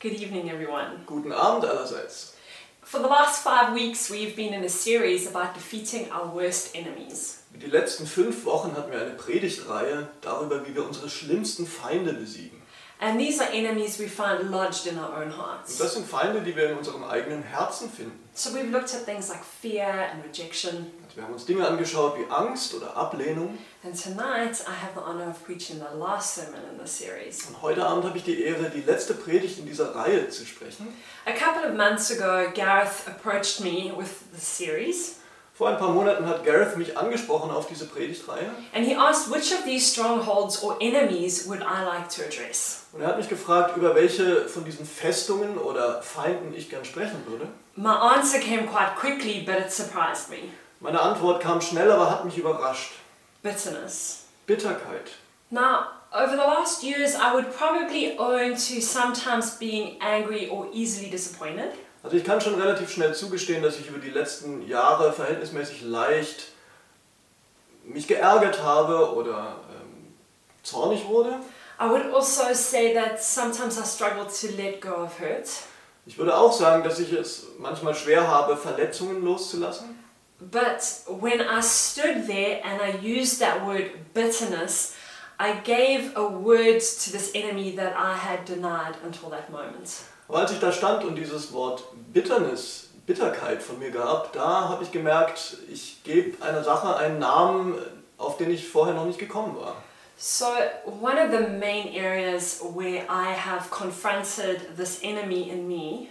Good evening, everyone. Guten Abend allerseits. For the last five weeks, we've been in a series about defeating our worst enemies. Die letzten fünf Wochen hatten wir eine Predigtreihe darüber, wie wir unsere schlimmsten Feinde besiegen. And these are enemies we find lodged in our own Und hearts. das sind Feinde, die wir in unserem eigenen Herzen finden. So we've looked at things like fear and rejection. Also wir haben uns Dinge angeschaut wie Angst oder Ablehnung. And tonight, I have the honor of preaching the last sermon in this series. Und heute Abend habe ich die Ehre, die letzte Predigt in dieser Reihe zu sprechen. A couple of months ago, Gareth approached me with the series, Vor ein paar Monaten hat Gareth mich angesprochen auf diese Predigtreihe and he asked which of these strongholds or enemies would I like to address. und er hat mich gefragt, über welche von diesen Festungen oder Feinden ich gern sprechen würde. My answer came quite quickly, but it surprised me Meine Antwort kam schnell, aber hat mich überrascht. bitterness. Bitterkeit. Now, over the last years, I would probably own to sometimes being angry or easily disappointed. Also ich kann schon relativ schnell zugestehen, dass ich über die letzten Jahre verhältnismäßig leicht mich geärgert habe oder ähm, zornig wurde. I would also say that sometimes I struggle to let go of hurt, Ich würde auch sagen, dass ich es manchmal schwer habe, Verletzungen loszulassen. but when I stood there and I used that word bitterness, I gave a word to this enemy that I had denied until that moment. Aber als ich da stand und dieses Wort Bitternis, Bitterkeit von mir gab, da habe ich gemerkt, ich gebe einer Sache einen Namen, auf den ich vorher noch nicht gekommen war. So, one of the main areas where I have confronted this enemy in me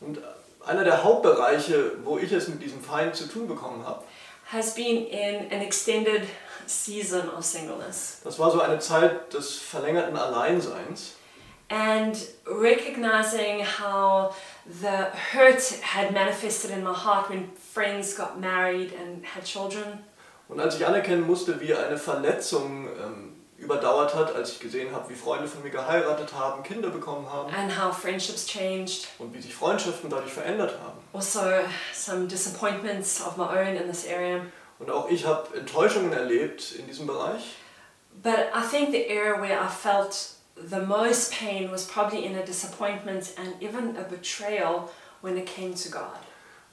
Und einer der Hauptbereiche, wo ich es mit diesem Feind zu tun bekommen habe, has been in an extended season of singleness Das war so eine Zeit des verlängerten Alleinseins. and recognizing how the hurt had manifested in my heart when friends got married and had children. Und als ich anerkennen musste, wie eine Verletzung ähm, überdauert hat, als ich gesehen habe, wie Freunde von mir geheiratet haben, Kinder bekommen haben And how friendships changed. und wie sich Freundschaften dadurch verändert haben. Also, some disappointments of my own in this area. Und auch ich habe Enttäuschungen erlebt in diesem Bereich. But I think the area where I felt the most pain was probably in a disappointment and even a betrayal when it came to God.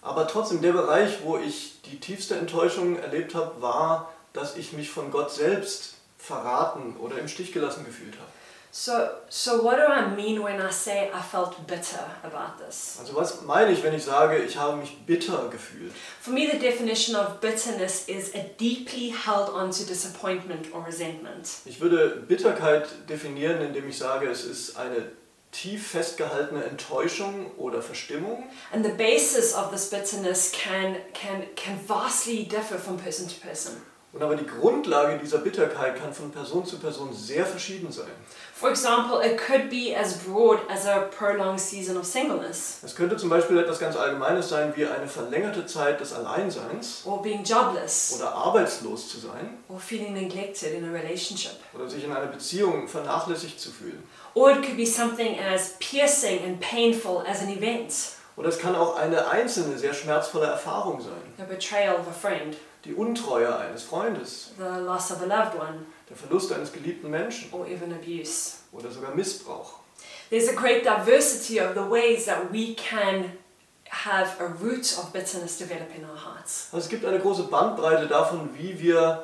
Aber trotzdem, der Bereich, wo ich die tiefste Enttäuschung erlebt habe, war, dass ich mich von Gott selbst verraten oder im Stich gelassen gefühlt habe. So, so what do I mean when I say I felt bitter about this? Also was meine ich, wenn ich sage, ich habe mich bitter gefühlt? For me, the definition of bitterness is a deeply held on to disappointment or resentment. Ich würde Bitterkeit definieren, indem ich sage, es ist eine tief festgehaltene Enttäuschung oder Verstimmung. And the basis of this bitterness can, can, can vastly differ from person to person. Und aber die Grundlage dieser Bitterkeit kann von Person zu Person sehr verschieden sein. For example, it could be as broad as a prolonged season of singleness, Es könnte zum Beispiel etwas ganz Allgemeines sein, wie eine verlängerte Zeit des Alleinseins or being jobless, oder arbeitslos zu sein or feeling neglected in a relationship. oder sich in einer Beziehung vernachlässigt zu fühlen. Or it could be something as piercing and painful as an event, Oder es kann auch eine einzelne, sehr schmerzvolle Erfahrung sein. the betrayal of a friend, Die Untreue eines Freundes, the loss of a loved one, der Verlust eines geliebten Menschen or even abuse. oder sogar Missbrauch. There's a great diversity of the ways that we can have a root of bitterness develop in our hearts. Also es gibt eine große Bandbreite davon, wie wir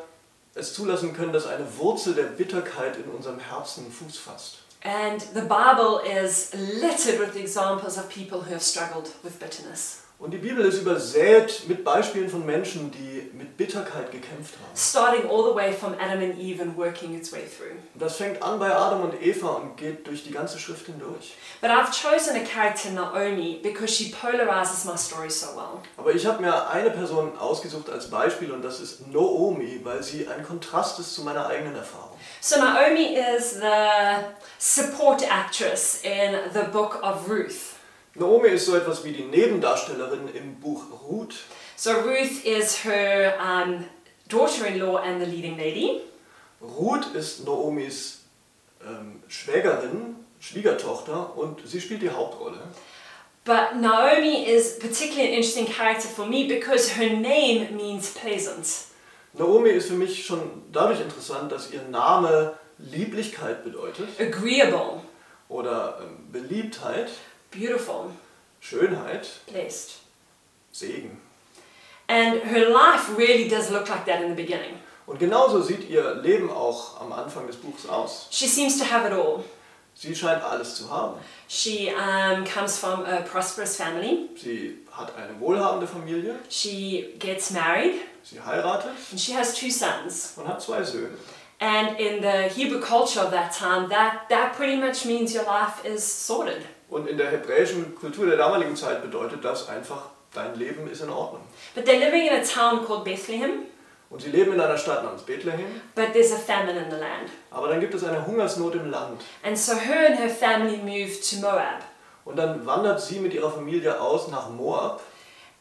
es zulassen können, dass eine Wurzel der Bitterkeit in unserem Herzen Fuß fasst. And the Bible is littered with examples of people who have struggled with bitterness. Und die Bibel ist übersät mit Beispielen von Menschen, die mit Bitterkeit gekämpft haben. starting all the way from Adam and Eve and working its way through. Und das fängt an bei Adam und Eva und geht durch die ganze Schrift hindurch. But I've chosen a character, Naomi, because she polarizes my story so well. Aber ich habe mir eine Person ausgesucht als Beispiel und das ist Naomi, weil sie ein Kontrast ist zu meiner eigenen Erfahrung. So, Naomi is the support actress in the book of Ruth. Naomi ist so etwas wie die Nebendarstellerin im Buch Ruth. So, Ruth is her um, daughter in law and the leading lady. Ruth ist Naomis ähm, Schwägerin, Schwiegertochter und sie spielt die Hauptrolle. But Naomi is particularly an interesting character for me because her name means pleasant. Naomi ist für mich schon dadurch interessant, dass ihr Name Lieblichkeit bedeutet Agreeable. oder ähm, Beliebtheit, beautiful, Schönheit, blessed. Segen. And her life really does look like that in the beginning. Und genauso sieht ihr Leben auch am Anfang des Buchs aus. She seems to have it all. Sie scheint alles zu haben. She um, comes from a prosperous family. Sie hat eine wohlhabende Familie, She gets married sie heiratet and she has two sons. und hat zwei Söhne. And in the Hebrew culture of that time, that, that pretty much means your life is sorted. Und in der hebräischen Kultur der damaligen Zeit bedeutet das einfach, dein Leben ist in Ordnung. But they're living in a town called Bethlehem, Und sie leben in einer Stadt namens Bethlehem, but there's a famine in the land. aber dann gibt es eine Hungersnot im Land. And so her and her family move to Moab. Und dann wandert sie mit ihrer Familie aus nach Moab.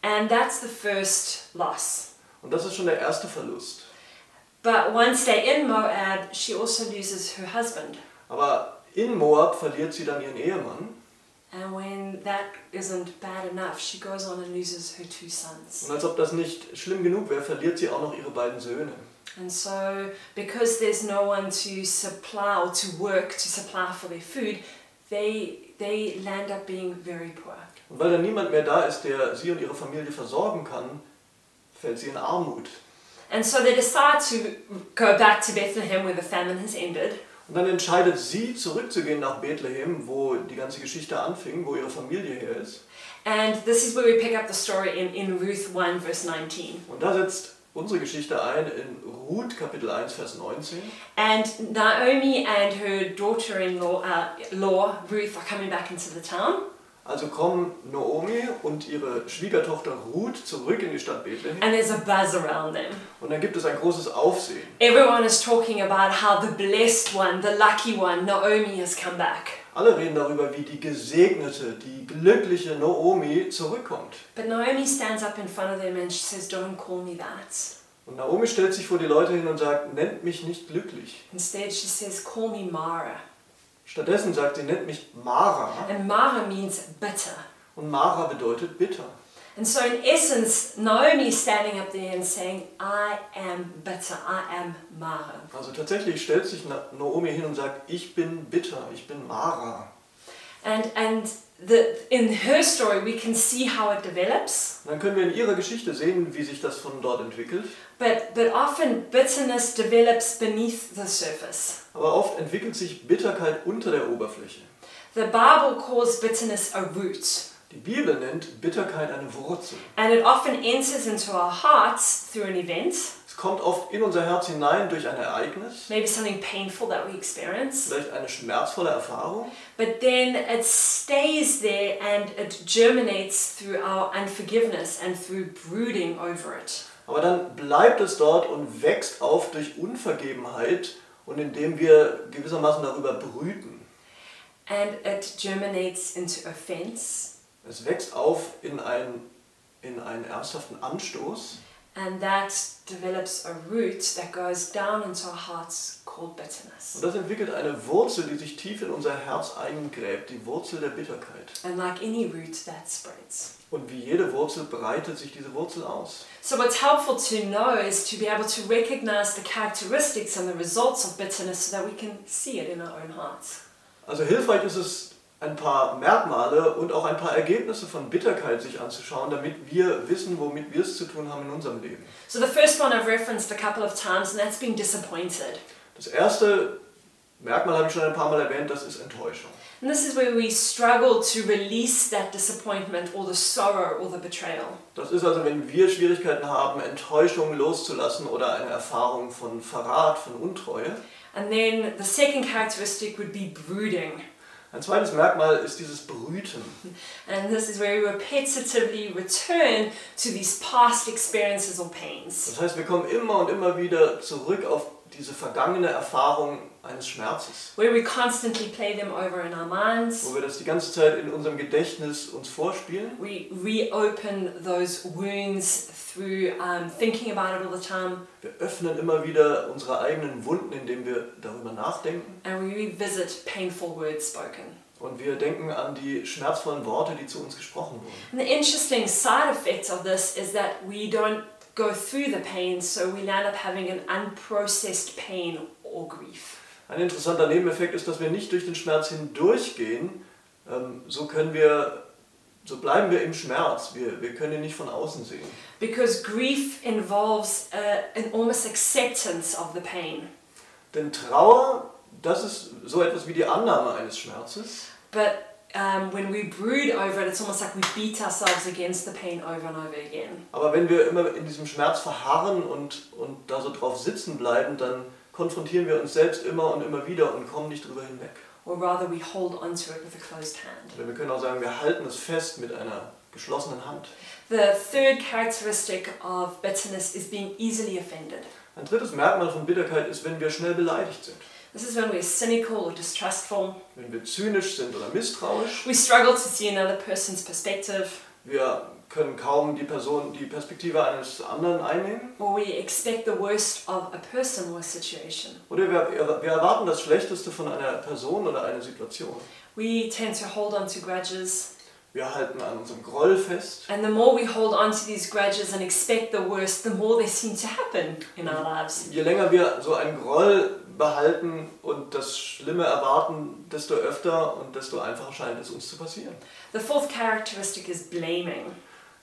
And that's the first loss. Und das ist schon der erste Verlust. But once they're in Moab, she also loses her husband. Aber in Moab verliert sie dann ihren Ehemann. And when that isn't bad enough, she goes on and loses her two sons. Und als ob das nicht schlimm genug wäre, verliert sie auch noch ihre beiden Söhne. And so, because there's no one to supply or to work to supply for their food, they, they land up being very poor. Und weil dann niemand mehr da ist, der sie und ihre Familie versorgen kann, fällt sie in Armut. And so they decide to go back to Bethlehem where the famine has ended. Und dann entscheidet sie, zurückzugehen nach Bethlehem, wo die ganze Geschichte anfing, wo ihre Familie her ist. And this is where we pick up the story in, in Ruth 1, verse 19. Und da setzt unsere Geschichte ein in Ruth Kapitel 1, Vers 19. And Naomi and her daughter in law, uh, law Ruth, are coming back into the town. Also kommen Naomi und ihre Schwiegertochter Ruth zurück in die Stadt Bethlehem. And there's a buzz around them. Und dann gibt es ein großes Aufsehen. Everyone is talking about how the blessed one, the lucky one, Naomi, has come back. Alle reden darüber, wie die gesegnete, die glückliche Naomi zurückkommt. But Naomi stands up in front of them and she says, Don't call me that. Und Naomi stellt sich vor die Leute hin und sagt, nennt mich nicht glücklich. Instead, she says, Call me Mara. Stattdessen sagt sie, nennt mich Mara. And Mara means bitter. Und Mara bedeutet bitter. And so, in essence, Naomi's standing up there and saying, I am bitter. I am Mara. Also tatsächlich stellt sich Na- Naomi hin und sagt, ich bin bitter, ich bin Mara. And, and the, in her story, we can see how it develops. Und dann können wir in ihrer Geschichte sehen, wie sich das von dort entwickelt. But, but often, bitterness develops beneath the surface. Aber oft entwickelt sich Bitterkeit unter der Oberfläche. The Bible calls bitterness a root. Die Bibel nennt Bitterkeit eine Wurzel. And it often enters into our hearts through an event, Es kommt oft in unser Herz hinein durch ein Ereignis, maybe something painful that we experience, vielleicht eine schmerzvolle Erfahrung, but then it stays there and it germinates through our unforgiveness and through brooding over it. aber dann bleibt es dort und wächst auf durch Unvergebenheit und indem wir gewissermaßen darüber brüten. And it germinates into offense, Es wächst auf in einen, in einen ernsthaften Anstoß and that develops a root that goes down into our hearts called und bitterness. das entwickelt eine Wurzel, die sich tief in unser Herz eingräbt, die Wurzel der Bitterkeit. And like any root, that spreads. Und wie jede Wurzel breitet sich diese Wurzel aus. So, what's helpful to know is to be able to recognize the characteristics and the results of bitterness so that we can see it in our own hearts. Also hilfreich ist es, ein paar Merkmale und auch ein paar Ergebnisse von Bitterkeit sich anzuschauen, damit wir wissen, womit wir es zu tun haben in unserem Leben. So, the first one I've referenced a couple of times, and that's being disappointed. Das erste Merkmal habe ich schon ein paar Mal erwähnt, das ist Enttäuschung. And this is where we struggle to release that disappointment or the sorrow or the betrayal. Das ist also, wenn wir Schwierigkeiten haben, Enttäuschung loszulassen oder eine Erfahrung von Verrat, von Untreue. And then the second characteristic would be brooding. Ein zweites Merkmal ist dieses Brüten. And this is where we repetitively return to these past experiences or pains. Das heißt, wir kommen immer und immer wieder zurück auf diese vergangene Erfahrung eines Schmerzes, Where we constantly play them over in our minds, wo wir das die ganze Zeit in unserem Gedächtnis uns vorspielen. We reopen those wounds through um, thinking about it all the time, Wir öffnen immer wieder unsere eigenen Wunden, indem wir darüber nachdenken. and we revisit painful words spoken. Und wir denken an die schmerzvollen Worte, die zu uns gesprochen wurden. And the interesting side effect of this is that we don't go through the pain, so we land up having an unprocessed pain or grief. Ein interessanter Nebeneffekt ist, dass wir nicht durch den Schmerz hindurchgehen. Ähm, so können wir, so bleiben wir im Schmerz. Wir, wir können ihn nicht von außen sehen. because grief involves uh, an almost acceptance of the pain. Denn Trauer, das ist so etwas wie die Annahme eines Schmerzes. But um, when we brood over it, it's almost like we beat ourselves against the pain over and over again. Aber wenn wir immer in diesem Schmerz verharren und, und da so drauf sitzen bleiben, dann konfrontieren wir uns selbst immer und immer wieder und kommen nicht drüber hinweg. Or rather, we hold onto it with a closed hand. Oder wir können auch sagen, wir halten es fest mit einer geschlossenen Hand. The third characteristic of bitterness is being easily offended. Ein drittes Merkmal von Bitterkeit ist, wenn wir schnell beleidigt sind. This is when we're cynical or distrustful. Wenn wir zynisch sind oder misstrauisch. We struggle to see another person's perspective, Wir können kaum die Person, die Perspektive eines anderen einnehmen. or we expect the worst of a person or a situation. Oder wir, wir erwarten das Schlechteste von einer Person oder einer Situation. We tend to hold on to grudges, Wir halten an unserem Groll fest. and the more we hold on to these grudges and expect the worst, the more they seem to happen in our lives. Je länger wir so einen Groll behalten und das Schlimme erwarten, desto öfter und desto einfacher scheint es uns zu passieren. The fourth characteristic is blaming.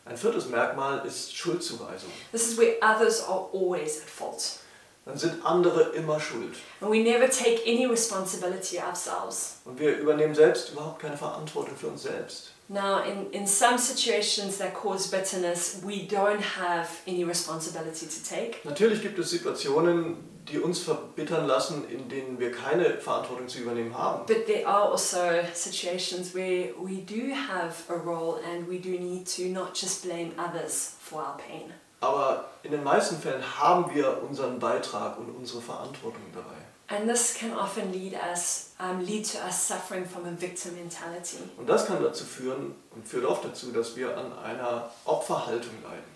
Ein viertes Merkmal ist Schuldzuweisung. This is where others are always at fault, Dann sind andere immer schuld. and we never take any responsibility ourselves. Und wir übernehmen selbst überhaupt keine Verantwortung für uns selbst. Now, in, in some situations that cause bitterness, we don't have any responsibility to take. Natürlich gibt es Situationen, die uns verbittern lassen, in denen wir keine Verantwortung zu übernehmen haben. But there are also situations where we do have a role and we do need to not just blame others for our pain. Aber in den meisten Fällen haben wir unseren Beitrag und unsere Verantwortung dabei. And this can often lead us, um, lead to us suffering from a victim mentality. Und das kann dazu führen und führt oft dazu, dass wir an einer Opferhaltung leiden.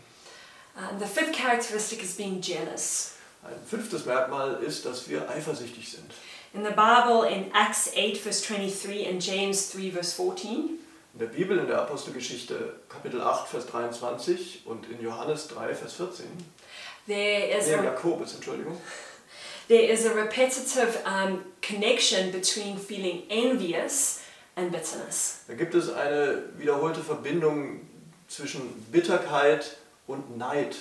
Um, the fifth characteristic is being jealous. Ein fünftes Merkmal ist, dass wir eifersüchtig sind. In the Bible, in Acts 8, verse 23, and James 3, verse 14, In der Bibel, in der Apostelgeschichte Kapitel 8, Vers 23 und in Johannes 3, Vers 14, there is nee, a Jakobus, Entschuldigung, There is a repetitive um, connection between feeling envious and bitterness. da gibt es eine wiederholte Verbindung zwischen Bitterkeit und Neid.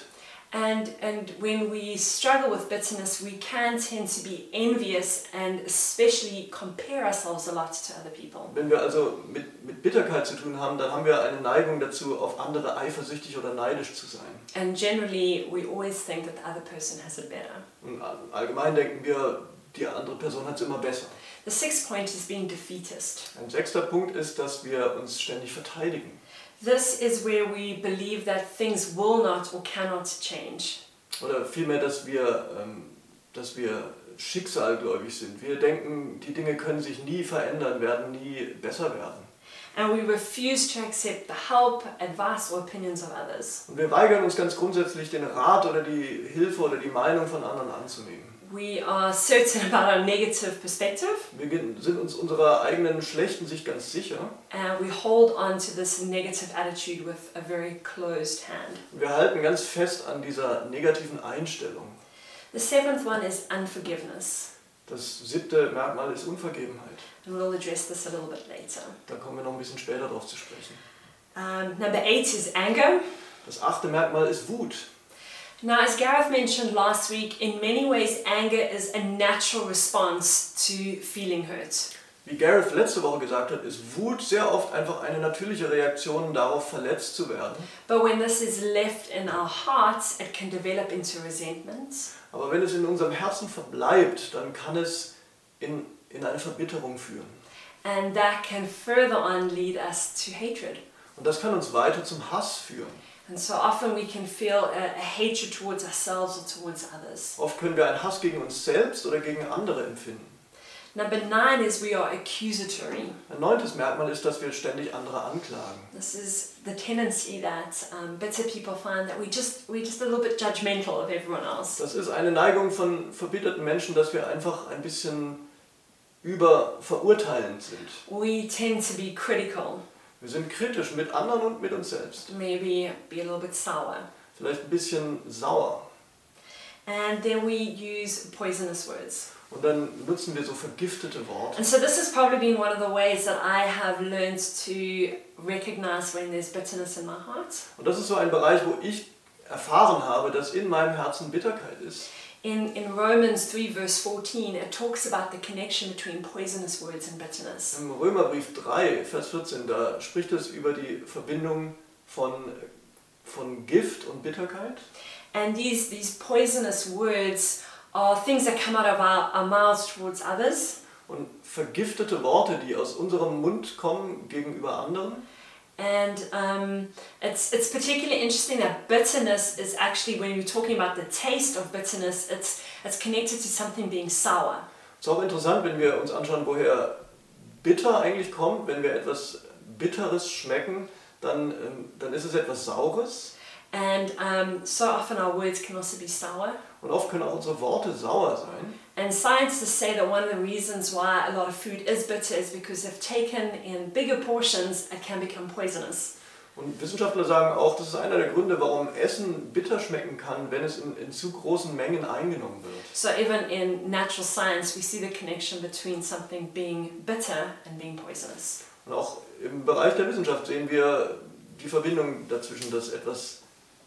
And, and when we struggle with bitterness, we can tend to be envious and especially compare ourselves a lot to other people. Wenn wir also mit, mit Bitterkeit zu tun haben, dann haben wir eine Neigung dazu, auf andere eifersüchtig oder neidisch zu sein. And generally, we always think that the other person has it better. Und allgemein denken wir, die andere Person hat es immer besser. The sixth point is being defeatist. Ein sechster Punkt ist, dass wir uns ständig verteidigen. This is where we believe that things will not or cannot change. Oder vielmehr, dass wir, ähm, dass wir schicksalgläubig sind. Wir denken, die Dinge können sich nie verändern, werden nie besser werden. And we refuse to accept the help, advice, or opinions of others. Und wir weigern uns ganz grundsätzlich, den Rat oder die Hilfe oder die Meinung von anderen anzunehmen. We are certain about our negative perspective Wir gehen- sind uns unserer eigenen schlechten Sicht ganz sicher. and we hold on to this negative attitude with a very closed hand. Und wir halten ganz fest an dieser negativen Einstellung. The seventh one is unforgiveness, Das siebte Merkmal ist Unvergebenheit. and we'll address this a little bit later. Da kommen wir noch ein bisschen später drauf zu sprechen. Um, number eight is anger. Das achte Merkmal ist Wut. Now, as Gareth mentioned last week, in many ways, anger is a natural response to feeling hurt. Wie Gareth letzte Woche gesagt hat, ist Wut sehr oft einfach eine natürliche Reaktion darauf, verletzt zu werden. But when this is left in our hearts, it can develop into resentment, Aber wenn es in unserem Herzen verbleibt, dann kann es in, in eine Verbitterung führen. and that can further on lead us to hatred. Und das kann uns weiter zum Hass führen. And so often we can feel a, a hatred towards ourselves or towards others. Oft können wir einen Hass gegen uns selbst oder gegen andere empfinden. Number nine is we are accusatory. Ein neuntes Merkmal ist, dass wir ständig andere anklagen. This is the tendency that um, bitter people find that we just we're just a little bit judgmental of everyone else. Das ist eine Neigung von verbitterten Menschen, dass wir einfach ein bisschen überverurteilend sind. We tend to be critical, Wir sind kritisch mit anderen und mit uns selbst. maybe be a little bit sour, Vielleicht ein bisschen sauer. and then we use poisonous words. Und dann nutzen wir so vergiftete Worte. And so this has probably been one of the ways that I have learned to recognize when there's bitterness in my heart. Und das ist so ein Bereich, wo ich erfahren habe, dass in meinem Herzen Bitterkeit ist. In, in Romans 3, verse 14, it talks about the connection between poisonous words and bitterness. Im Römerbrief 3, Vers 14, da spricht es über die Verbindung von, von Gift und Bitterkeit. And these, these poisonous words are things that come out of our, our mouths towards others. Und vergiftete Worte, die aus unserem Mund kommen gegenüber anderen. And um, it's, it's particularly interesting that bitterness is actually, when you're talking about the taste of bitterness, it's, it's connected to something being sour. Es ist auch interessant, wenn wir uns anschauen, woher bitter eigentlich kommt. Wenn wir etwas Bitteres schmecken, dann, ähm, dann ist es etwas Saures. And um, so often our words can also be sour. Und oft können auch unsere Worte sauer sein. And scientists say that one of the reasons why a lot of food is bitter is because if taken in bigger portions, it can become poisonous. Und Wissenschaftler sagen auch, das ist einer der Gründe, warum Essen bitter schmecken kann, wenn es in, in zu großen Mengen eingenommen wird. So, even in natural science, we see the connection between something being bitter and being poisonous. Und auch im Bereich der Wissenschaft sehen wir die Verbindung dazwischen, dass etwas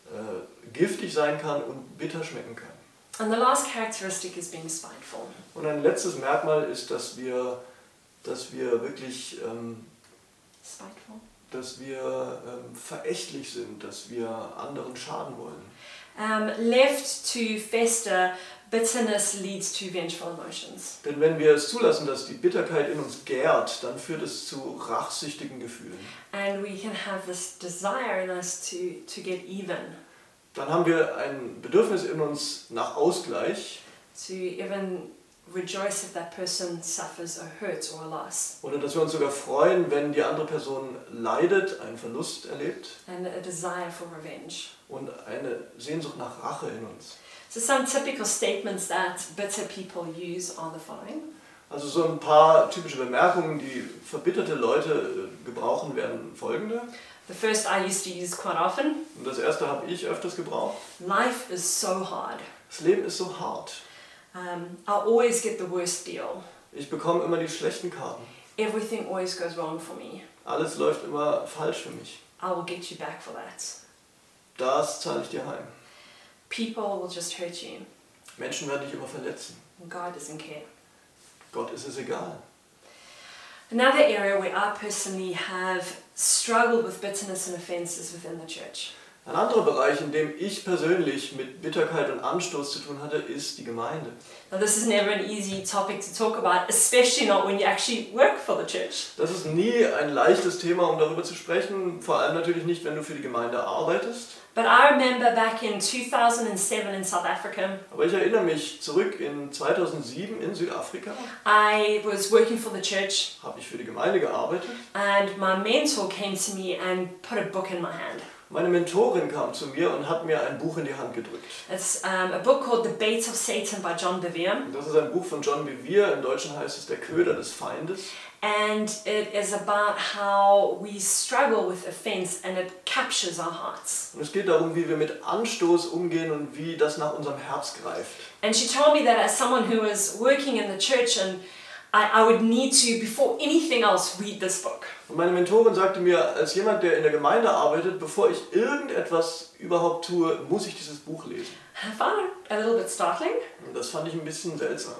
äh, giftig sein kann und bitter schmecken kann. And the last characteristic is being spiteful. Und ein letztes Merkmal ist, dass wir, dass wir wirklich, ähm, Spiteful. dass wir ähm, verächtlich sind, dass wir anderen schaden wollen. Um, left to fester, bitterness leads to vengeful emotions. Denn wenn wir es zulassen, dass die Bitterkeit in uns gärt, dann führt es zu rachsüchtigen Gefühlen. And we can have this desire in us to, to get even, Dann haben wir ein Bedürfnis in uns nach Ausgleich to even rejoice if that person suffers a hurt or a loss. oder dass wir uns sogar freuen, wenn die andere Person leidet, einen Verlust erlebt. and a desire for revenge. und eine Sehnsucht nach Rache in uns. So, some typical statements that bitter people use are the following Also so ein paar typische Bemerkungen, die verbitterte Leute äh, gebrauchen, werden folgende. The first I used to use quite often Und das erste habe ich öfters gebraucht. life is so hard. Das Leben ist so hart. Um, I always get the worst deal. Ich bekomme immer die schlechten Karten. Everything always goes wrong for me. Alles läuft immer falsch für mich. I will get you back for that. Das zahle ich dir heim. People will just hurt you. Menschen werden dich immer verletzen. God doesn't care. Gott ist es egal. Another area where I personally have struggled with bitterness and offense is within the church. Ein anderer Bereich, in dem ich persönlich mit Bitterkeit und Anstoß zu tun hatte, ist die Gemeinde. Now, this is never an easy topic to talk about, especially not when you actually work for the church. Das ist nie ein leichtes Thema, um darüber zu sprechen. Vor allem natürlich nicht, wenn du für die Gemeinde arbeitest. But I remember back in 2007 in South Africa, Aber ich erinnere mich zurück in 2007 in Südafrika, I was working for the church habe ich für die Gemeinde gearbeitet. and my mentor came to me and put a book in my hand. Meine Mentorin kam zu mir und hat mir ein Buch in die Hand gedrückt. It's um, a book called The Baits of Satan by John Bevere Und Das ist ein Buch von John Bevere, im Deutschen heißt es Der Köder des Feindes. and it is about how we struggle with offense and it captures our hearts. Und es geht darum, wie wir mit Anstoß umgehen und wie das nach unserem Herz greift. And she told me that as someone who was working in the church and I, I would need to, before anything else, read this book. Und meine Mentorin sagte mir, als jemand, der in der Gemeinde arbeitet, bevor ich irgendetwas überhaupt tue, muss ich dieses Buch lesen. I found it a little bit startling Und das fand ich ein bisschen seltsam.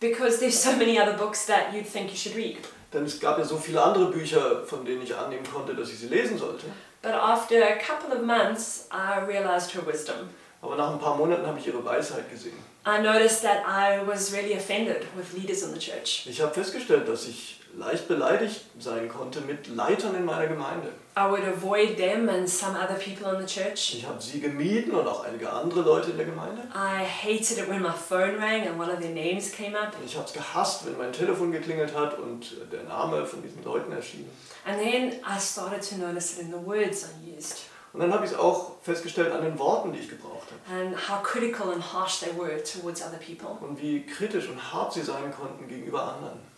because there's so many other books that you'd think you should read. Denn es gab ja so viele andere Bücher, von denen ich annehmen konnte, dass ich sie lesen sollte. But after a couple of months, I realized her wisdom. Aber nach ein paar Monaten habe ich ihre Weisheit gesehen. I noticed that I was really offended with leaders in the church. Ich habe festgestellt, dass ich leicht beleidigt sein konnte mit Leitern in meiner Gemeinde. I would avoid them and some other people in the church. Ich habe sie gemieden und auch einige andere Leute in der Gemeinde. I hated it when my phone rang and one of their names came up. Ich habe es gehasst, wenn mein Telefon geklingelt hat und der Name von diesen Leuten erschien. And then I started to notice it in the words I used Und dann habe ich es auch festgestellt an den Worten, die ich gebraucht habe. and how critical and harsh they were towards other people. Und wie kritisch und hart sie sein konnten gegenüber anderen.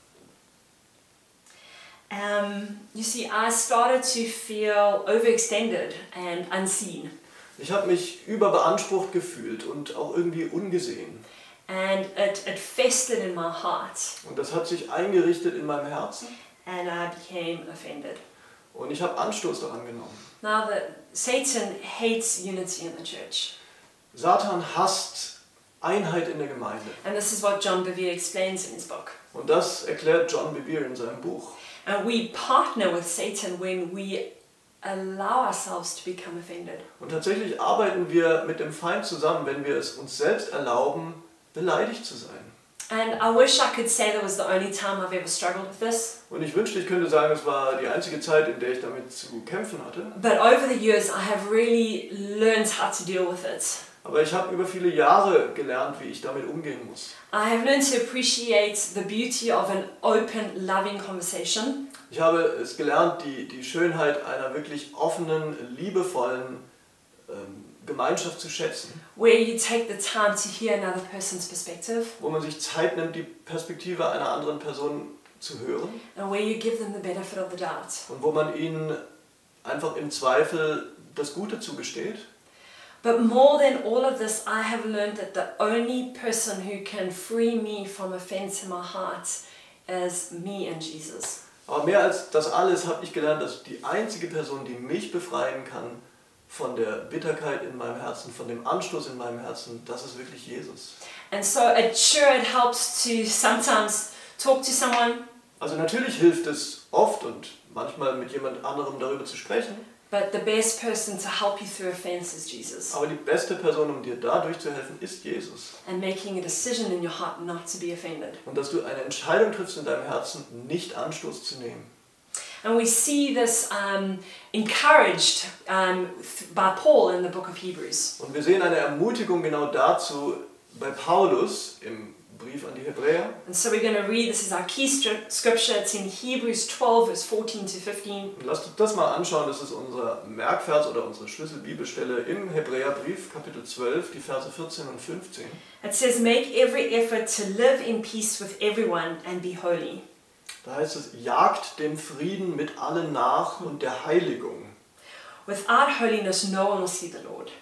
Um, you see, I started to feel overextended and unseen. Ich habe mich überbeansprucht gefühlt und auch irgendwie ungesehen. and it, it festered in my heart, Und das hat sich eingerichtet in meinem Herzen and I became offended. und ich habe Anstoß daran genommen. Now, the, Satan hates unity in the church, Satan hasst Einheit in der Gemeinde. and this is what John Bevere explains in his book. Und das erklärt John Bevere in seinem Buch. And we partner with Satan when we allow ourselves to become offended. Und tatsächlich arbeiten wir mit dem Feind zusammen, wenn wir es uns selbst erlauben, beleidigt zu sein. And I wish I could say that was the only time I've ever struggled with this, Und ich wünschte, ich könnte sagen, es war die einzige Zeit, in der ich damit zu kämpfen hatte. but over the years I have really learned how to deal with it. Aber ich habe über viele Jahre gelernt, wie ich damit umgehen muss. I have learned to appreciate the beauty of an open, loving conversation. Ich habe es gelernt, die, die Schönheit einer wirklich offenen, liebevollen ähm, Gemeinschaft zu schätzen, Where you take the time to hear another person's perspective wo man sich Zeit nimmt, die Perspektive einer anderen Person zu hören and where you give them the benefit of the doubt. und wo man ihnen einfach im Zweifel das Gute zugesteht. But more than all of this, I have learned that the only person who can free me from offense in my heart is me and Jesus. Aber mehr als das alles habe ich gelernt, dass die einzige Person, die mich befreien kann von der Bitterkeit in meinem Herzen, von dem Anstoß in meinem Herzen, das ist wirklich Jesus. And so it sure it helps to sometimes talk to someone, Also natürlich hilft es oft und manchmal mit jemand anderem darüber zu sprechen, but the best person to help you through offense is Jesus. aber die beste Person, um dir dadurch zu helfen, ist Jesus. And making a decision in your heart not to be offended. Und dass du eine Entscheidung triffst in deinem Herzen, nicht Anstoß zu nehmen. And we see this um, encouraged um, th- by Paul in the book of Hebrews. Und wir sehen eine Ermutigung genau dazu bei Paulus im Brief an die Hebräer. And so we're going to read this is our key stri- scripture. It's in Hebrews 12, verse 14 to 15. Und lasst uns das mal anschauen, das ist unser Merkvers oder unsere Schlüsselbibelstelle im Hebräerbrief, Kapitel 12, die Verse 14 und 15. It says, Make every effort to live in peace with everyone and be holy. Da heißt es, jagt dem Frieden mit allen nach und der Heiligung, Without holiness, no one will see the Lord.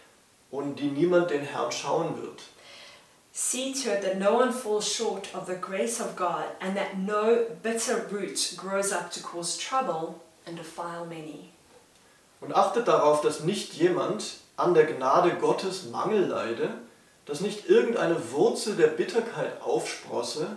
und die niemand den Herrn schauen wird. See to it that no one falls short of the grace of God and that no bitter root grows up to cause trouble and defile many. Und achtet darauf, dass nicht jemand an der Gnade Gottes Mangel leide, dass nicht irgendeine Wurzel der Bitterkeit aufsprosse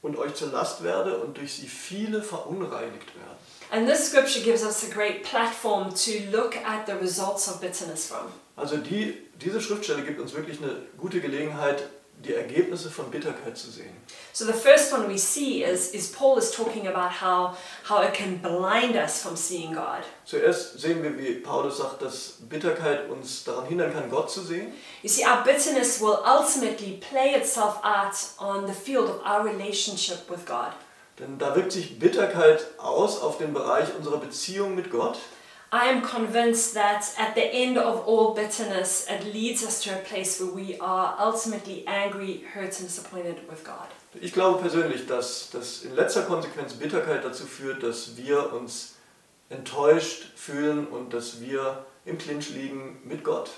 und euch zur Last werde und durch sie viele verunreinigt werden. And this scripture gives us a great platform to look at the results of bitterness from. Also die, diese Schriftstelle gibt uns wirklich eine gute Gelegenheit, die Ergebnisse von Bitterkeit zu sehen. So the first one we see is, is Paul is talking about how, how it can blind us from seeing God. Zuerst sehen wir, wie Paulus sagt, dass Bitterkeit uns daran hindern kann, Gott zu sehen. You see, our bitterness will ultimately play itself out on the field of our relationship with God. Denn da wirkt sich Bitterkeit aus auf den Bereich unserer Beziehung mit Gott. I am convinced that at the end of all bitterness, it leads us to a place where we are ultimately angry, hurt, and disappointed with God. Ich glaube persönlich, dass, dass in letzter Konsequenz Bitterkeit dazu führt, dass wir uns enttäuscht fühlen und dass wir im Clinch liegen mit Gott.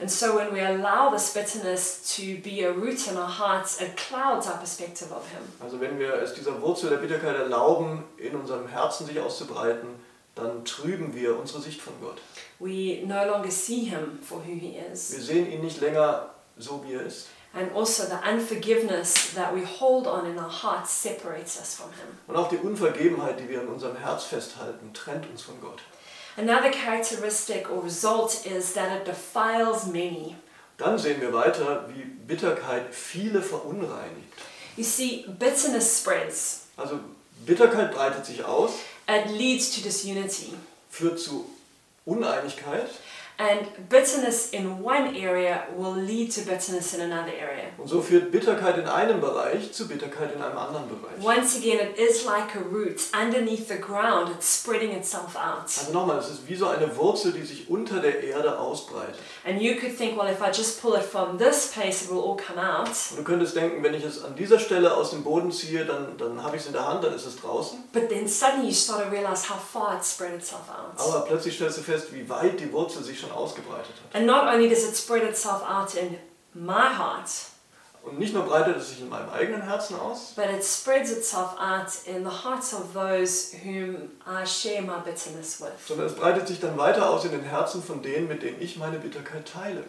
And so when we allow this bitterness to be a root in our hearts, it clouds our perspective of Him. Also wenn wir es dieser Wurzel der Bitterkeit erlauben, in unserem Herzen sich auszubreiten, dann trüben wir unsere Sicht von Gott. We no longer see Him for who He is. Wir sehen ihn nicht länger so, wie er ist. And also the unforgiveness that we hold on in our hearts separates us from Him. Und auch die Unvergebenheit, die wir in unserem Herz festhalten, trennt uns von Gott. Another characteristic or result is that it defiles many. Dann sehen wir weiter, wie Bitterkeit viele verunreinigt. You see, bitterness spreads, Also Bitterkeit breitet sich aus, it leads to disunity. führt zu Uneinigkeit And bitterness in one area will lead to bitterness in another area. und so führt Bitterkeit in einem Bereich zu Bitterkeit in einem anderen Bereich. Once again, it is like a root underneath the ground, it's spreading itself out. Also nochmal, es ist wie so eine Wurzel, die sich unter der Erde ausbreitet. And you could think, well, if I just pull it from this place, it will all come out. Und du könntest denken, wenn ich es an dieser Stelle aus dem Boden ziehe, dann, dann habe ich es in der Hand, dann ist es draußen. But then suddenly you start to realize how far it spread itself out. Aber plötzlich stellst du fest, wie weit die Wurzel sich schon ausgebreitet hat. And not only does it spread itself out in my heart, Und nicht nur breitet es sich in meinem eigenen Herzen aus, but it spreads itself out in the hearts of those whom I share my bitterness with. sondern es breitet sich dann weiter aus in den Herzen von denen, mit denen ich meine Bitterkeit teile.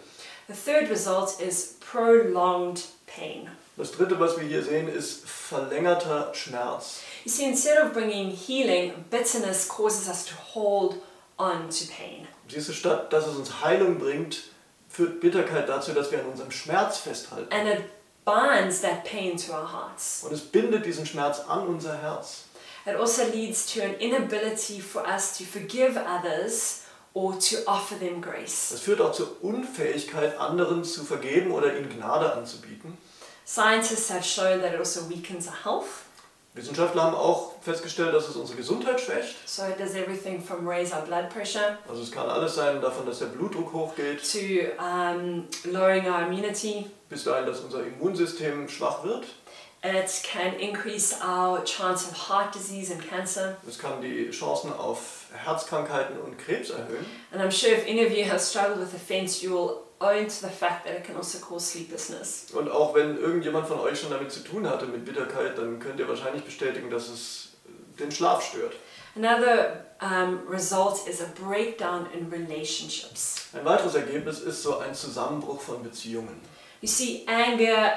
The third result is prolonged pain. Das dritte, was wir hier sehen, ist verlängerter Schmerz. You see, instead of bringing healing, bitterness causes us to hold on to pain. Siehst du, statt dass es uns Heilung bringt, führt Bitterkeit dazu, dass wir an unserem Schmerz festhalten. And it binds that pain to our hearts. Und es bindet diesen Schmerz an unser Herz. It also leads to an inability for us to forgive others or to offer them grace. Es führt auch zur Unfähigkeit, anderen zu vergeben oder ihnen Gnade anzubieten. Scientists have shown that it also weakens our health. Wissenschaftler haben auch festgestellt, dass es unsere Gesundheit schwächt. So it does everything from raise our blood pressure Also es kann alles sein, davon, dass der Blutdruck hochgeht, to um, lowering our immunity. bis dahin, dass unser Immunsystem schwach wird. It can increase our chance of heart disease and cancer. Es kann die Chancen auf Herzkrankheiten und Krebs erhöhen. And I'm sure if any of you have struggled with offense, you will own to the fact that it can also cause sleeplessness. Und auch wenn irgendjemand von euch schon damit zu tun hatte, mit Bitterkeit, dann könnt ihr wahrscheinlich bestätigen, dass es den Schlaf stört. Another um, result is a breakdown in relationships. Ein weiteres Ergebnis ist so ein Zusammenbruch von Beziehungen. You see, anger,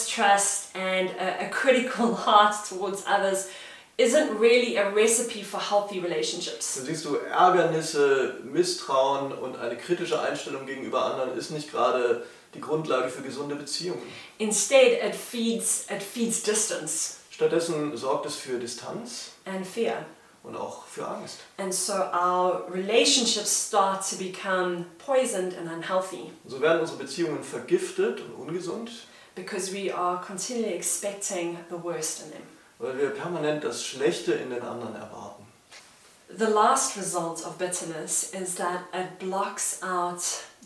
mistrust, and a, a critical heart towards others isn't really a recipe for healthy relationships. Da siehst du, Ärgernisse, Misstrauen und eine kritische Einstellung gegenüber anderen ist nicht gerade die Grundlage für gesunde Beziehungen. Instead, it feeds, it feeds distance Stattdessen sorgt es für Distanz and fear. und auch für Angst. And so our relationships start to become poisoned and unhealthy Und so werden unsere Beziehungen vergiftet und ungesund, because we are continually expecting the worst in them. weil wir permanent das Schlechte in den anderen erwarten. The last result of bitterness is that it blocks out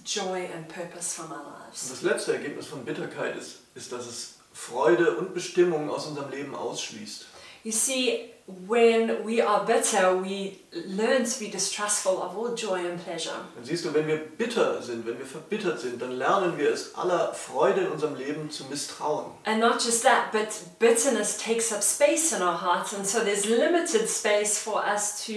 joy and purpose from our Und lives. das letzte Ergebnis von Bitterkeit ist, ist, dass es Freude und Bestimmung aus unserem Leben ausschließt. You see, when we are bitter, we learn to be distrustful of all joy and pleasure. Dann siehst du, wenn wir bitter sind, wenn wir verbittert sind, dann lernen wir es aller Freude in unserem Leben zu misstrauen. And not just that, but bitterness takes up space in our hearts, and so there's limited space for us to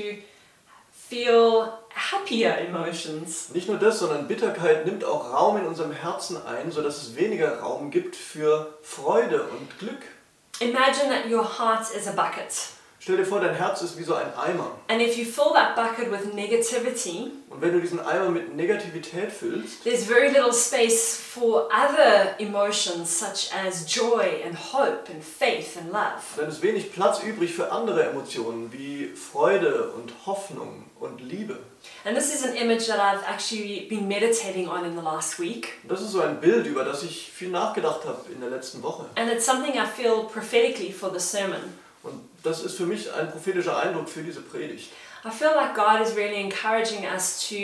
feel happier emotions. Nicht nur das, sondern Bitterkeit nimmt auch Raum in unserem Herzen ein, sodass es weniger Raum gibt für Freude und Glück. Imagine that your heart is a bucket, Stell dir vor, dein Herz ist wie so ein Eimer. and if you fill that bucket with negativity, Und wenn du diesen Eimer mit Negativität füllst, There's very little space for other emotions such as joy and hope and faith and love. dann ist wenig Platz übrig für andere Emotionen wie Freude und Hoffnung und Liebe. And this is an image that I've actually been meditating on in the last week. Und Das ist so ein Bild, über das ich viel nachgedacht habe in der letzten Woche. And it's something I feel prophetically for the sermon. Und das ist für mich ein prophetischer Eindruck für diese Predigt. I feel like God is really encouraging us to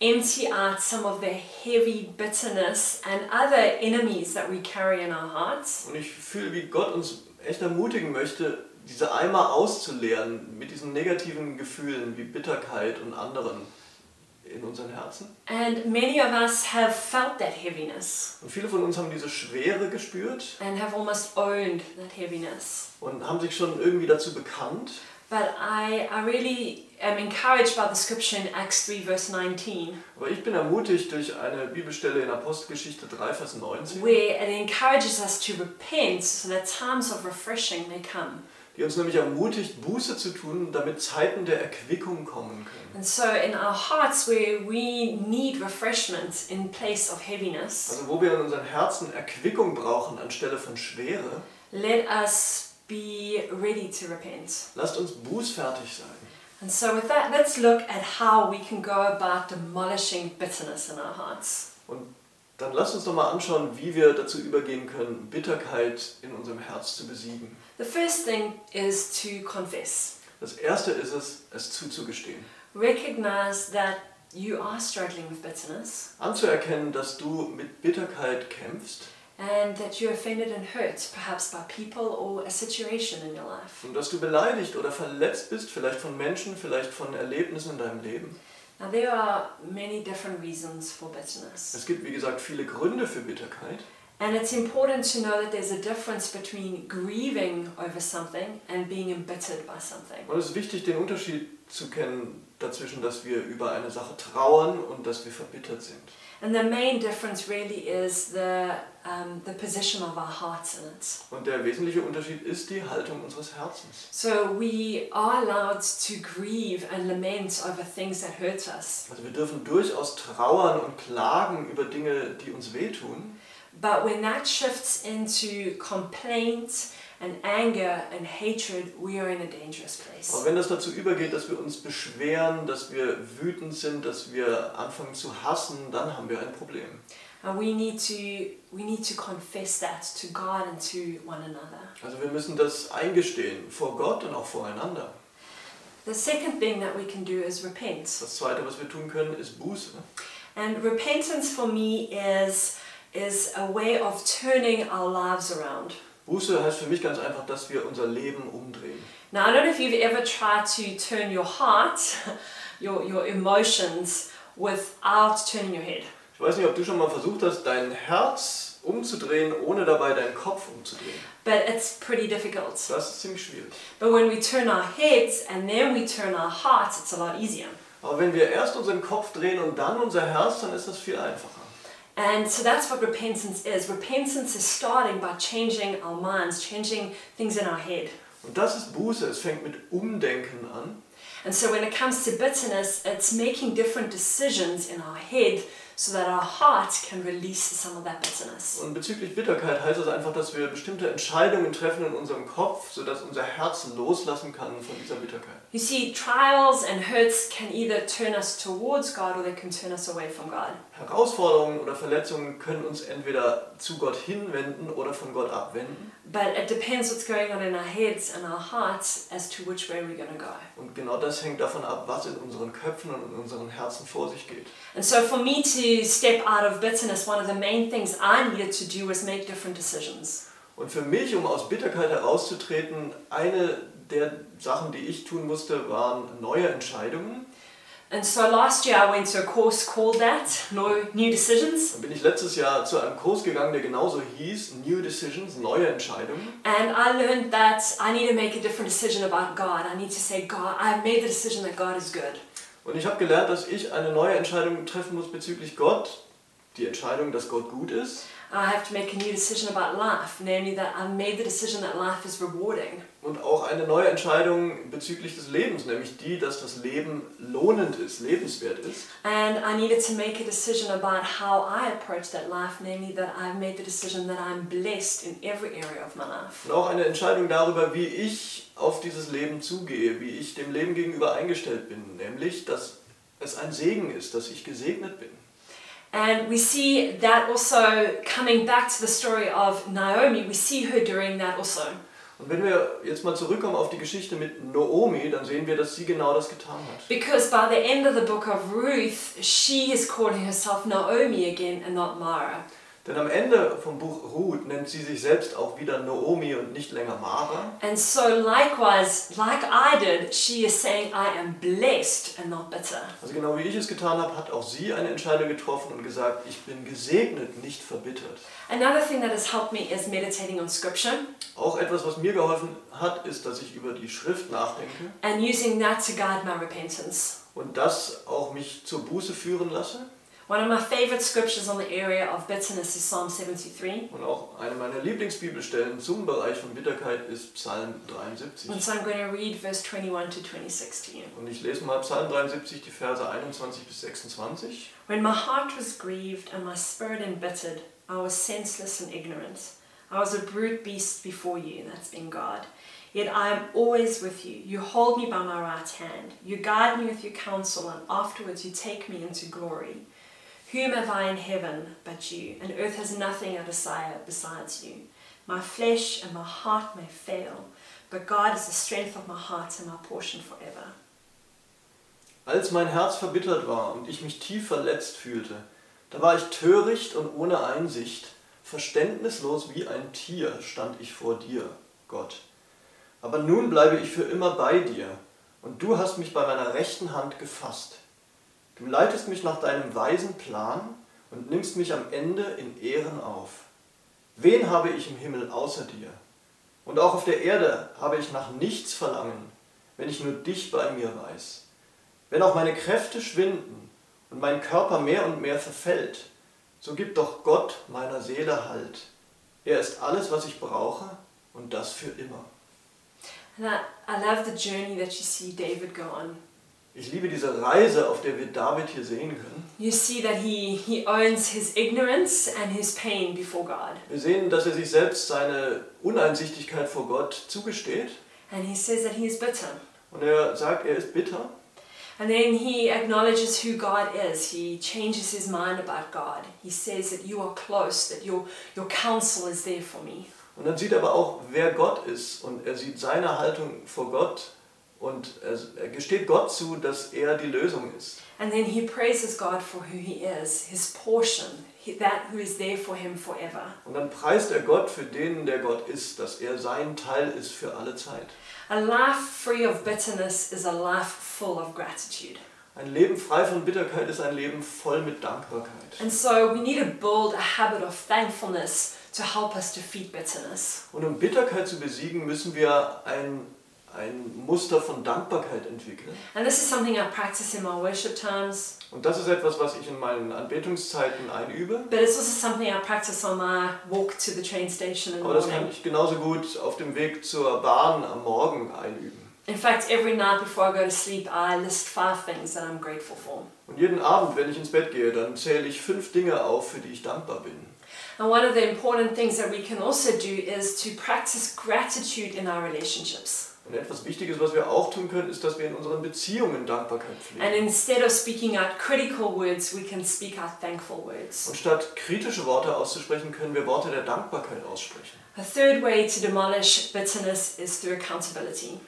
empty out some of the heavy bitterness and other enemies that we carry in our hearts Und ich fühle, wie Gott uns echt ermutigen möchte, diese Eimer auszuleeren mit diesen negativen Gefühlen wie Bitterkeit und anderen in unseren Herzen. and many of us have felt that heaviness Und viele von uns haben diese Schwere gespürt and have almost owned that heaviness und haben sich schon irgendwie dazu bekannt. But I, I really am encouraged by the scripture in Acts 3, verse 19, Aber ich bin ermutigt durch eine Bibelstelle in Apostelgeschichte 3, Vers 19, where it encourages us to repent so that times of refreshing may come. die uns nämlich ermutigt, Buße zu tun, damit Zeiten der Erquickung kommen können. And so, in our hearts, where we need refreshment in place of heaviness, Also wo wir in unseren Herzen Erquickung brauchen anstelle von Schwere, let us be ready to repent. lasst uns bußfertig sein. And so, with that, let's look at how we can go about demolishing bitterness in our hearts. Und dann lasst uns doch mal anschauen, wie wir dazu übergehen können, Bitterkeit in unserem Herz zu besiegen. The first thing is to confess. Das Erste ist es, es zuzugestehen. Recognize that you are struggling with bitterness. Anzuerkennen, dass du mit Bitterkeit kämpfst and that you're offended and hurt, perhaps by people or a situation in your life. und dass du beleidigt oder verletzt bist, vielleicht von Menschen, vielleicht von Erlebnissen in deinem Leben. Now, there are many different reasons for bitterness, Es gibt, wie gesagt, viele Gründe für Bitterkeit. And it's important to know that there's a difference between grieving over something and being embittered by something. Und es ist wichtig, den Unterschied zu kennen dazwischen, dass wir über eine Sache trauern und dass wir verbittert sind. And the main difference really is the, um, the position of our hearts in it. Und der wesentliche Unterschied ist die Haltung unseres Herzens. So we are allowed to grieve and lament over things that hurt us, Also wir dürfen durchaus trauern und klagen über Dinge, die uns wehtun. but when that shifts into complaint and anger and hatred, we are in a dangerous Aber place. wenn das dazu übergeht, dass wir uns beschweren, dass wir wütend sind, dass wir anfangen zu hassen, dann haben wir ein Problem. And we need to we need to confess that to God and to one another. Also wir müssen das eingestehen, vor Gott und auch voreinander. The second thing that we can do is repent. Das Zweite, was wir tun können, ist Buße. And repentance for me is is a way of turning our lives around. Buße heißt für mich ganz einfach, dass wir unser Leben umdrehen. Now I don't know if you've ever tried to turn your heart, your your emotions without turning your head. Ich weiß nicht, ob du schon mal versucht hast, dein Herz umzudrehen, ohne dabei deinen Kopf umzudrehen. But it's pretty difficult. Das ist ziemlich schwierig. But when we turn our heads and then we turn our hearts, it's a lot easier. Aber wenn wir erst unseren Kopf drehen und dann unser Herz, dann ist das viel einfacher. And so that's what repentance is. Repentance is starting by changing our minds, changing things in our head. Und das ist Buße. Es fängt mit Umdenken an. And so when it comes to bitterness, it's making different decisions in our head so that our heart can release some of that bitterness. Und bezüglich Bitterkeit heißt das einfach, dass wir bestimmte Entscheidungen treffen in unserem Kopf, sodass unser Herz loslassen kann von dieser Bitterkeit. You see, trials and hurts can either turn us towards God or they can turn us away from God. Herausforderungen oder Verletzungen können uns entweder zu Gott hinwenden oder von Gott abwenden. But it depends what's going on in our heads and our hearts as to which way we're going to go. Und genau das hängt davon ab, was in unseren Köpfen und in unseren Herzen vor sich geht. And so, for me to step out of bitterness, one of the main things I needed to do was make different decisions. Und für mich, um aus Bitterkeit herauszutreten, eine der Sachen, die ich tun musste, waren neue Entscheidungen. And so, last year I went to a course called that No New Decisions. Dann bin ich letztes Jahr zu einem Kurs gegangen, der genauso hieß, New Decisions, neue Entscheidungen. And I learned that I need to make a different decision about God. I need to say, God, I've made the decision that God is good. Und ich habe gelernt, dass ich eine neue Entscheidung treffen muss bezüglich Gott. Die Entscheidung, dass Gott gut ist. I have to make a new decision about life, namely that I've made the decision that life is rewarding. Und auch eine neue Entscheidung bezüglich des Lebens, nämlich die, dass das Leben lohnend ist, lebenswert ist. And I needed to make a decision about how I approach that life, namely that I've made the decision that I'm blessed in every area of my life. Und auch eine Entscheidung darüber, wie ich auf dieses Leben zugehe, wie ich dem Leben gegenüber eingestellt bin. Nämlich, dass es ein Segen ist, dass ich gesegnet bin. And we see that also coming back to the story of Naomi, we see her doing that also. Und wenn wir jetzt mal zurückkommen auf die Geschichte mit Naomi, dann sehen wir, dass sie genau das getan hat. Because by the end of the book of Ruth, she is calling herself Naomi again and not Mara. Denn am Ende vom Buch Ruth nennt sie sich selbst auch wieder Naomi und nicht länger Mara. And so, likewise, like I did, she is saying, I am blessed and not bitter. Also genau wie ich es getan habe, hat auch sie eine Entscheidung getroffen und gesagt, ich bin gesegnet, nicht verbittert. Another thing that has helped me is meditating on scripture Auch etwas, was mir geholfen hat, ist, dass ich über die Schrift nachdenke and using that to guide my repentance. und das auch mich zur Buße führen lasse. One of my favorite scriptures on the area of bitterness is Psalm 73. Und auch eine meiner Lieblingsbibelstellen zum Bereich von Bitterkeit ist Psalm And 73. so I'm going to read verse 21 to 26 to you. Und ich lese mal Psalm 73, die Verse 21 bis 26. When my heart was grieved and my spirit embittered, I was senseless and ignorant. I was a brute beast before you, that's been God. Yet I am always with you. You hold me by my right hand. You guide me with your counsel, and afterwards you take me into glory. Whom have I in heaven but you? And earth has nothing I desire besides you. My flesh and my heart may fail, but God is the strength of my heart and my portion forever. Als mein Herz verbittert war und ich mich tief verletzt fühlte, da war ich töricht und ohne Einsicht, verständnislos wie ein Tier stand ich vor dir, Gott. Aber nun bleibe ich für immer bei dir, und du hast mich bei meiner rechten Hand gefasst. Du leitest mich nach deinem weisen Plan und nimmst mich am Ende in Ehren auf. Wen habe ich im Himmel außer dir? Und auch auf der Erde habe ich nach nichts Verlangen, wenn ich nur dich bei mir weiß. Wenn auch meine Kräfte schwinden und mein Körper mehr und mehr verfällt, so gibt doch Gott meiner Seele Halt. Er ist alles, was ich brauche und das für immer. And I, I love the journey that you see David go on. Ich liebe diese Reise, auf der wir David hier sehen können. You see that he, he owns his ignorance and his pain before God. Wir sehen, dass er sich selbst seine Uneinsichtigkeit vor Gott zugesteht And he says that he is bitter. und er sagt, er ist bitter. And then he acknowledges who God is. He changes his mind about God. He says that you are close, that your, your counsel is there for me. Und dann sieht er aber auch, wer Gott ist und er sieht seine Haltung vor Gott und er er gesteht Gott zu, dass er die Lösung ist. And then he praises God for who he is, his portion, he- that who is there for him forever. Und dann preist er Gott für den, der Gott ist, dass er sein Teil ist für alle Zeit. A life free of bitterness is a life full of gratitude. Ein Leben frei von Bitterkeit ist ein Leben voll mit Dankbarkeit. And so we need to build a habit of thankfulness to help us defeat bitterness. Und um Bitterkeit zu besiegen, müssen wir ein, ein Muster von Dankbarkeit entwickeln. And this is something I practice in my worship times, Und das ist etwas, was ich in meinen Anbetungszeiten einübe. but it's also something I practice on my walk to the train station in the Aber das kann morning. ich genauso gut auf dem Weg zur Bahn am Morgen einüben. In fact, every night before I go to sleep, I list five things that I'm grateful for. Und jeden Abend, wenn ich ins Bett gehe, dann zähle ich fünf Dinge auf, für die ich dankbar bin. And one of the important things that we can also do is to practice gratitude in our relationships. Und etwas Wichtiges, was wir auch tun können, ist, dass wir in unseren Beziehungen Dankbarkeit And pflegen. instead of speaking out critical words, we can speak out thankful words. Und statt kritische Worte auszusprechen, können wir Worte der Dankbarkeit aussprechen. A third way to demolish bitterness is through accountability.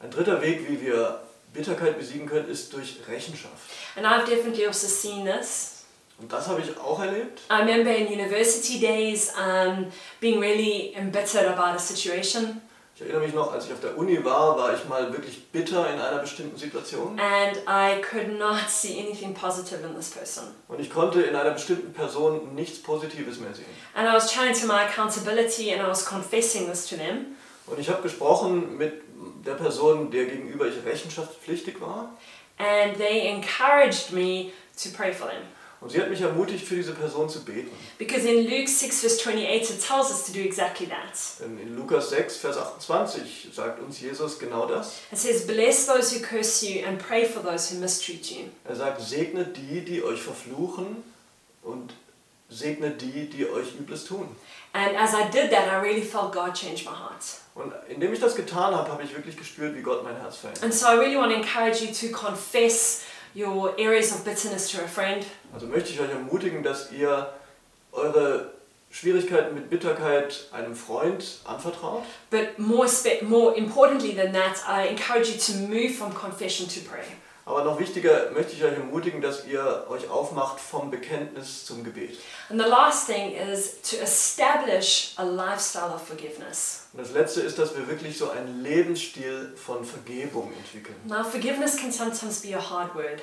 Ein dritter Weg, wie wir Bitterkeit besiegen können, ist durch Rechenschaft. And I've definitely also seen this. Und das habe ich auch erlebt. I remember in university days um, being really embittered about a situation, Ich erinnere mich noch, als ich auf der Uni war, war ich mal wirklich bitter in einer bestimmten Situation. and I could not see anything positive in this person. Und ich konnte in einer bestimmten Person nichts Positives mehr sehen. And I was chatting to my accountability and I was confessing this to them. Und ich habe gesprochen mit der Person, der gegenüber ich rechenschaftspflichtig war. and they encouraged me to pray for them. Und sie hat mich ermutigt, für diese Person zu beten. Because in Luke 6, verse 28, it tells us to do exactly that. Denn in Lukas 6, Vers 28 sagt uns Jesus genau das. It says, Bless those who curse you and pray for those who mistreat you. Er sagt, segnet die, die euch verfluchen und segnet die, die euch Übles tun. And as I did that, I really felt God change my heart. Und indem ich das getan habe, habe ich wirklich gespürt, wie Gott mein Herz verändert. And so I really want to encourage you to confess your areas of bitterness to a friend. Also möchte ich euch ermutigen, dass ihr eure Schwierigkeiten mit Bitterkeit einem Freund anvertraut. But more, spe- more importantly than that, I encourage you to move from confession to prayer. Aber noch wichtiger möchte ich euch ermutigen, dass ihr euch aufmacht vom Bekenntnis zum Gebet. And the last thing is to establish a lifestyle of forgiveness. Und das Letzte ist, dass wir wirklich so einen Lebensstil von Vergebung entwickeln. Now, forgiveness can sometimes be a hard word,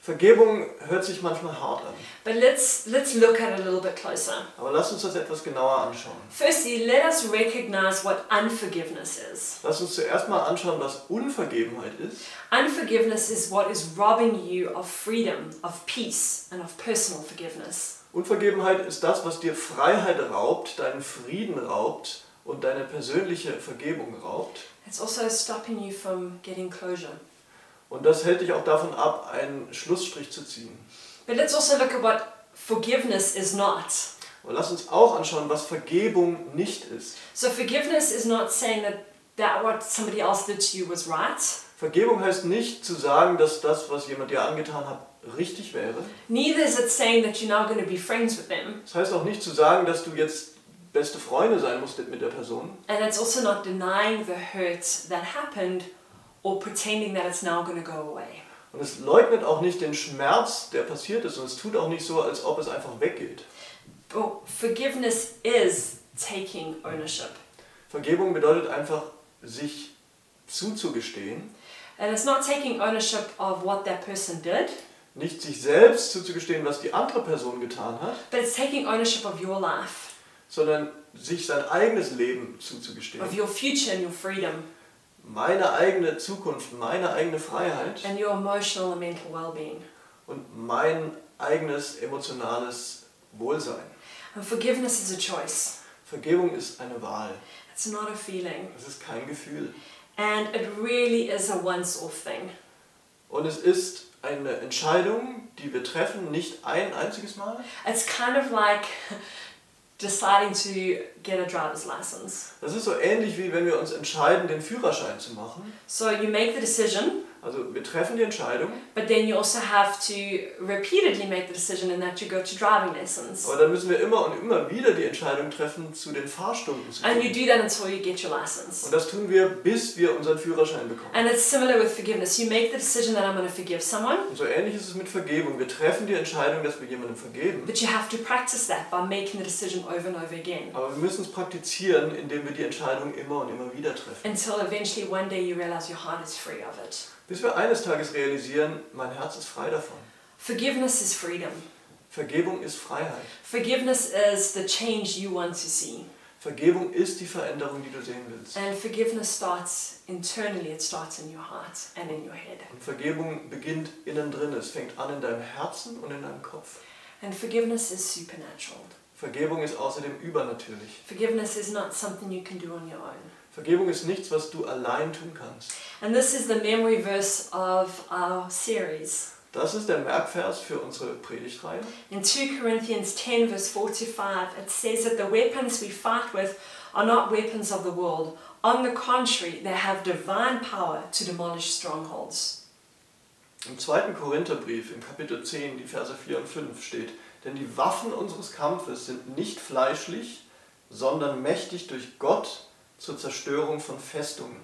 Vergebung hört sich manchmal hart an, but let's let's look at it a little bit closer. aber lasst uns das etwas genauer anschauen. Firstly, let us recognize what unforgiveness is. Lasst uns zuerst mal anschauen, was Unvergebenheit ist. Unforgiveness is what is robbing you of freedom, of peace, and of personal forgiveness. Unvergebenheit ist das, was dir Freiheit raubt, deinen Frieden raubt und deine persönliche Vergebung raubt. It's also stopping you from getting closure. Und das hält dich auch davon ab, einen Schlussstrich zu ziehen. But let's also look at what forgiveness is not. Aber lasst uns auch anschauen, was Vergebung nicht ist. So forgiveness is not saying that that what somebody else did to you was right. Vergebung heißt nicht zu sagen, dass das, was jemand dir angetan hat, richtig wäre. Neither is it saying that you're now going to be friends with them. Das heißt auch nicht zu sagen, dass du jetzt beste Freunde sein musst mit der Person. And it's also not denying the hurt that happened or pretending that it's now going to go away. Und es leugnet auch nicht den Schmerz, der passiert ist. Und es tut auch nicht so, als ob es einfach weggeht. But forgiveness is taking ownership. Vergebung bedeutet einfach, sich zuzugestehen. And it's not taking ownership of what that person did, Nicht sich selbst zuzugestehen, was die andere Person getan hat, but it's taking ownership of your life. sondern sich sein eigenes Leben zuzugestehen. of your future and your freedom Meine eigene Zukunft, meine eigene Freiheit and your emotional and mental well being. und mein eigenes emotionales Wohlsein. And forgiveness is a choice, Vergebung ist eine Wahl. it's not a feeling. Es ist kein Gefühl. And it really is a once off thing. Und es ist eine Entscheidung, die wir treffen, nicht ein einziges Mal. It's kind of like deciding to get a driver's license. Das ist so ähnlich wie wenn wir uns entscheiden, den Führerschein zu machen. So you make the decision, Also wir treffen die Entscheidung, but then you also have to repeatedly make the decision in that you go to driving lessons. aber dann müssen wir immer und immer wieder die Entscheidung treffen, zu den Fahrstunden zu And you gehen. do that until you get your license. Und das tun wir, bis wir unseren Führerschein bekommen. And it's similar with forgiveness. You make the decision that I'm going to forgive someone, Und so ähnlich ist es mit Vergebung. Wir treffen die Entscheidung, dass wir jemandem vergeben, but you have to practice that by making the decision over and over again aber wir müssen es praktizieren, indem wir die Entscheidung immer und immer wieder treffen. until eventually one day you realize your heart is free of it. Bis wir eines Tages realisieren, mein Herz ist frei davon. Forgiveness is freedom. Vergebung ist Freiheit. Forgiveness is the change you want to see. Vergebung ist die Veränderung, die du sehen willst. And forgiveness starts internally, it starts in your heart and in your head. Und Vergebung beginnt innen drin. Es fängt an in deinem Herzen und in deinem Kopf. And forgiveness is supernatural. Vergebung ist außerdem übernatürlich. Forgiveness is not something you can do on your own. Vergebung ist nichts, was du allein tun kannst. And this is the memory verse of our series. Das ist der Merkvers für unsere Predigtreihe. In 2 Corinthians 10, verse 4 to 5, it says that the weapons we fight with are not weapons of the world. On the contrary, they have divine power to demolish strongholds. Im zweiten Korintherbrief, im Kapitel 10, die Verse 4 und 5 steht, denn die Waffen unseres Kampfes sind nicht fleischlich, sondern mächtig durch Gott zur Zerstörung von Festungen.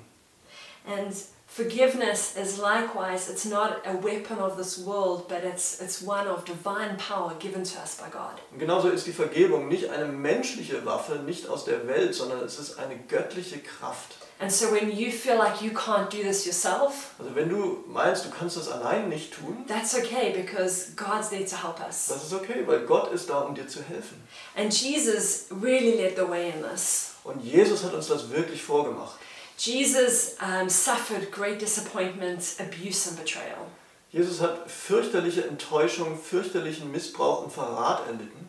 And forgiveness is likewise, it's not a weapon of this world, but it's, it's one of divine power given to us by God. Und genauso ist die Vergebung nicht eine menschliche Waffe, nicht aus der Welt, sondern es ist eine göttliche Kraft. And so when you feel like you can't do this yourself, Also wenn du meinst, du kannst das allein nicht tun, that's okay because God's there to help us. das ist okay, weil Gott ist da, um dir zu helfen. And Jesus really led the way in this. Und Jesus hat uns das wirklich vorgemacht. Jesus um, suffered great disappointment, abuse, and betrayal. Jesus hat fürchterliche Enttäuschung, fürchterlichen Missbrauch und Verrat erlitten.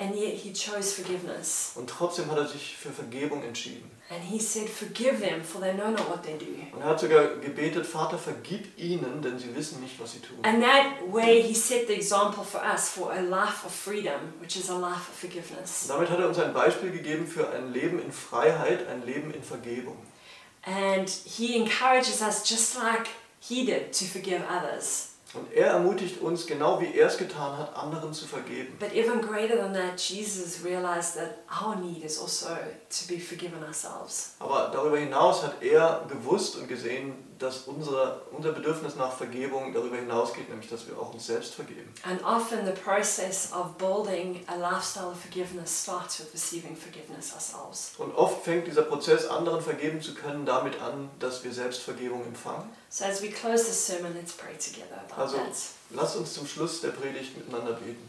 And yet he chose forgiveness. Und trotzdem hat er sich für Vergebung entschieden. And he said, Forgive them, for they know not what they do. Und er hat sogar gebetet, Vater, vergib ihnen, denn sie wissen nicht, was sie tun. And that way he set the example for us for a life of freedom, which is a life of Und forgiveness. damit hat er uns ein Beispiel gegeben für ein Leben in Freiheit, ein Leben in Vergebung. And he encourages us, just like he did, to forgive others. Und er ermutigt uns, genau wie er es getan hat, anderen zu vergeben. But even greater than that, Jesus realized that our need is also to be forgiven ourselves. Aber darüber hinaus hat er gewusst und gesehen, dass unser, unser Bedürfnis nach Vergebung darüber hinausgeht, nämlich dass wir auch uns selbst vergeben. And often the process of building a lifestyle of forgiveness starts with receiving forgiveness ourselves. Und oft fängt dieser Prozess, anderen vergeben zu können, damit an, dass wir selbst Vergebung empfangen. So as we close this sermon, let's pray together about Also that. lasst uns zum Schluss der Predigt miteinander beten.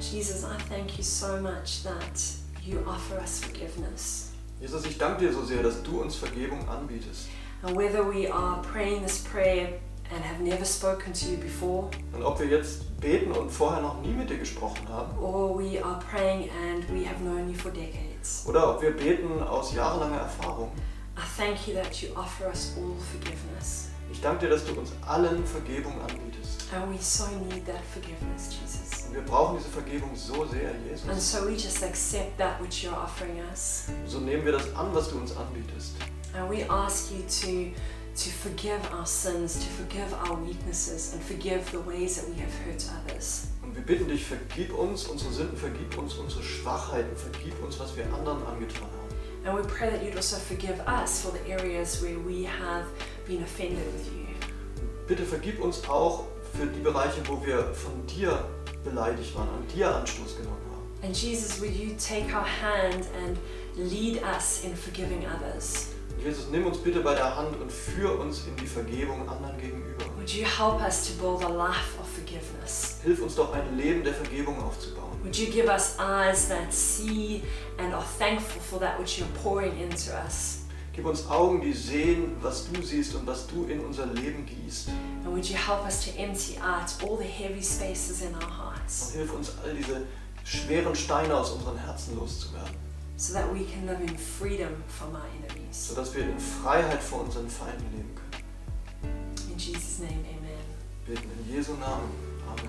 Jesus, I thank you so much that you offer us forgiveness. Jesus, ich danke dir so sehr, dass du uns Vergebung anbietest. And whether we are praying this prayer and have never spoken to you before, Und ob wir jetzt beten und vorher noch nie mit dir gesprochen haben, or we are praying and we have known you for decades, oder ob wir beten aus jahrelanger Erfahrung, I thank you that you offer us all forgiveness. ich danke dir, dass du uns allen Vergebung anbietest. And we so need that forgiveness, Jesus. Und wir brauchen diese Vergebung so sehr, And Jesus. so we just accept that which you're offering us. So nehmen wir das an, was du uns anbietest. And we ask you to, to forgive our sins, to forgive our weaknesses, and forgive the ways that we have hurt others. Und wir bitten dich, vergib uns unsere Sünden, vergib uns unsere Schwachheiten, vergib uns, was wir anderen angetan haben. And we pray that you'd also forgive us for the areas where we have been offended with you. Bitte vergib uns auch für die Bereiche, wo wir von dir beleidigt waren, an dir Anstoß genommen haben. And Jesus, will you take our hand and lead us in forgiving others? Jesus, nimm uns bitte bei der Hand und führ uns in die Vergebung anderen gegenüber. Would you help us to build a life of forgiveness? hilf uns doch ein Leben der Vergebung aufzubauen. Would you give us eyes that see and are thankful for that which you're pouring into us? Gib uns Augen, die sehen, was du siehst und was du in unser Leben gießt. Und And would you help us to empty out all the heavy spaces in our hearts hilf uns, all diese schweren Steine aus unseren Herzen loszuwerden, so that we can live in freedom from our enemies? sodass wir in Freiheit vor unseren Feinden leben können. In Jesus' name, amen. Beten in Jesu Namen. Amen.